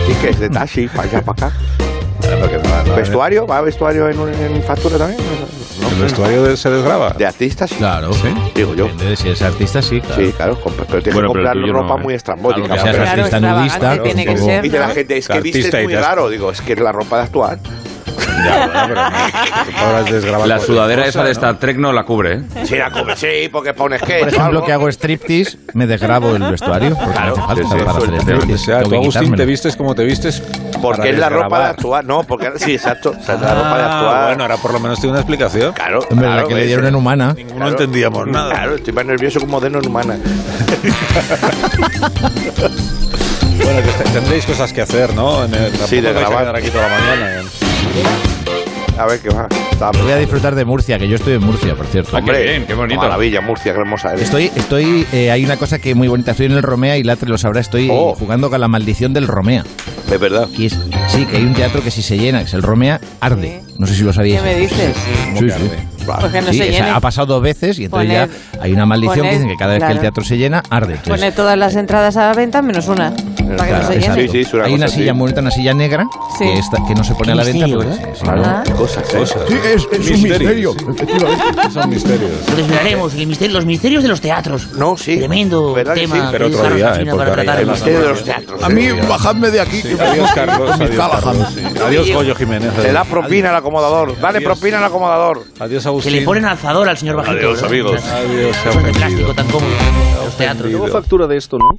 Speaker 2: Sí, que es de taxi, para allá, para acá. ¿Vestuario? ¿Va vestuario en, un- en factura también?
Speaker 1: ¿El vestuario se desgraba?
Speaker 2: De artistas, sí.
Speaker 13: Claro,
Speaker 2: Digo yo.
Speaker 13: Depende de si eres artista, sí, claro.
Speaker 2: Sí, claro, comp- pero tienes
Speaker 13: Bueno, pero
Speaker 2: que comprar
Speaker 13: el tuyo
Speaker 2: ropa
Speaker 13: no,
Speaker 2: muy estrambótica.
Speaker 13: Algo que seas Claro, artista extravagante nudista, tiene que tampoco. ser,
Speaker 2: Dice
Speaker 13: ¿no?
Speaker 2: la gente, es que
Speaker 1: Artista
Speaker 2: vistes
Speaker 1: y
Speaker 2: muy
Speaker 1: te has-
Speaker 2: raro. Digo, es que la ropa de actuar.
Speaker 6: La sudadera esa de
Speaker 2: esta
Speaker 6: Star Trek no la cubre, ¿eh?
Speaker 2: Sí, la come, sí, porque pones que.
Speaker 6: Por ejemplo,
Speaker 2: algo.
Speaker 8: que hago striptease, me desgrabo el vestuario. Porque
Speaker 2: Claro,
Speaker 8: no hace
Speaker 2: sí,
Speaker 8: falta para
Speaker 2: sí, eso
Speaker 8: hacer
Speaker 2: es
Speaker 8: striptease.
Speaker 2: lo que sea.
Speaker 8: Tengo
Speaker 2: Tú,
Speaker 8: que
Speaker 2: Agustín,
Speaker 8: quitármelo.
Speaker 1: ¿Te vistes como te vistes?
Speaker 2: Porque es la ropa de actuar. No, porque. Sí, exacto. O sea, es la ropa de actuar.
Speaker 1: Ah, Bueno, ahora por lo menos tiene una explicación.
Speaker 2: Claro,
Speaker 8: Hombre, la que le dieron en humana.
Speaker 1: No entendíamos nada.
Speaker 2: Claro, estoy más nervioso que un moderno en
Speaker 1: Eh,
Speaker 2: humana.
Speaker 1: Bueno, que te- tendréis cosas que hacer, ¿no? En el,
Speaker 2: Sí, de
Speaker 1: tampoco vais a
Speaker 2: grabar.
Speaker 1: quedar aquí toda la mañana. ¿eh?
Speaker 2: A ver Ah, qué va.
Speaker 8: Voy a disfrutar de Murcia, que yo estoy en Murcia, por cierto.
Speaker 2: Hombre, qué bonito. Maravilla, Murcia, qué hermosa eres.
Speaker 8: Estoy, estoy, eh, hay una cosa que muy bonita. Estoy en el Romea y Latre lo sabrá. Estoy eh, jugando con la maldición del Romea.
Speaker 2: Es verdad.
Speaker 8: Que es Sí, que hay un teatro que si se llena, que es el Romea, arde. No sé si lo sabíais.
Speaker 18: ¿Qué me dices?
Speaker 8: Sí,
Speaker 18: ¿Cómo que
Speaker 8: sí.
Speaker 18: arde? Pues que no
Speaker 8: Sí,
Speaker 18: se
Speaker 8: o sea,
Speaker 18: llene.
Speaker 8: ha pasado dos veces y entonces
Speaker 18: Poner-
Speaker 8: ya hay una maldición que
Speaker 18: poner-
Speaker 8: dicen que cada vez que el
Speaker 18: claro.
Speaker 8: teatro se llena, arde. Entonces,
Speaker 18: Pone todas las entradas a la venta menos una. Para que no
Speaker 8: claro,
Speaker 18: se
Speaker 8: exacto.
Speaker 18: llene.
Speaker 8: hay una silla muerta, una silla negra
Speaker 18: Sí.
Speaker 8: que, está- que no se pone a la venta.
Speaker 18: misterio,
Speaker 8: porque-
Speaker 18: ¿verdad?
Speaker 8: sí, sí.
Speaker 18: Claro. Ah.
Speaker 21: Cosas,
Speaker 8: cosas.
Speaker 1: ¿eh? Sí, es, es un misterio.
Speaker 8: Misterios.
Speaker 1: efectivamente. Son misterios.
Speaker 12: Lo desvelaremos, el misterio- los misterios de los teatros.
Speaker 21: No, sí.
Speaker 12: Tremendo
Speaker 21: ¿Verdad que
Speaker 12: tema.
Speaker 21: sí? Pero
Speaker 12: que
Speaker 21: otro
Speaker 12: usaron
Speaker 21: día,
Speaker 12: la China
Speaker 21: eh, porque
Speaker 12: para
Speaker 21: ahora ya
Speaker 12: tratar
Speaker 21: hay misterio de los
Speaker 1: A mí, bajadme de aquí. que me
Speaker 2: Adiós,
Speaker 1: voy
Speaker 2: Carlos.
Speaker 1: con mis
Speaker 2: Adiós,
Speaker 1: Callahan.
Speaker 2: Carlos. Sí. Adiós, Goyo Jiménez.
Speaker 21: Le da propina al acomodador. Dale
Speaker 2: Adiós.
Speaker 21: propina al acomodador.
Speaker 2: Adiós, Agustín.
Speaker 12: Que le ponen alzador al señor Bajito.
Speaker 2: Adiós, amigos. Adiós, se ha
Speaker 12: Son de
Speaker 2: ofendido.
Speaker 12: plástico tan cómodo. Los teatros.
Speaker 2: Ofendido.
Speaker 22: factura de esto, ¿no?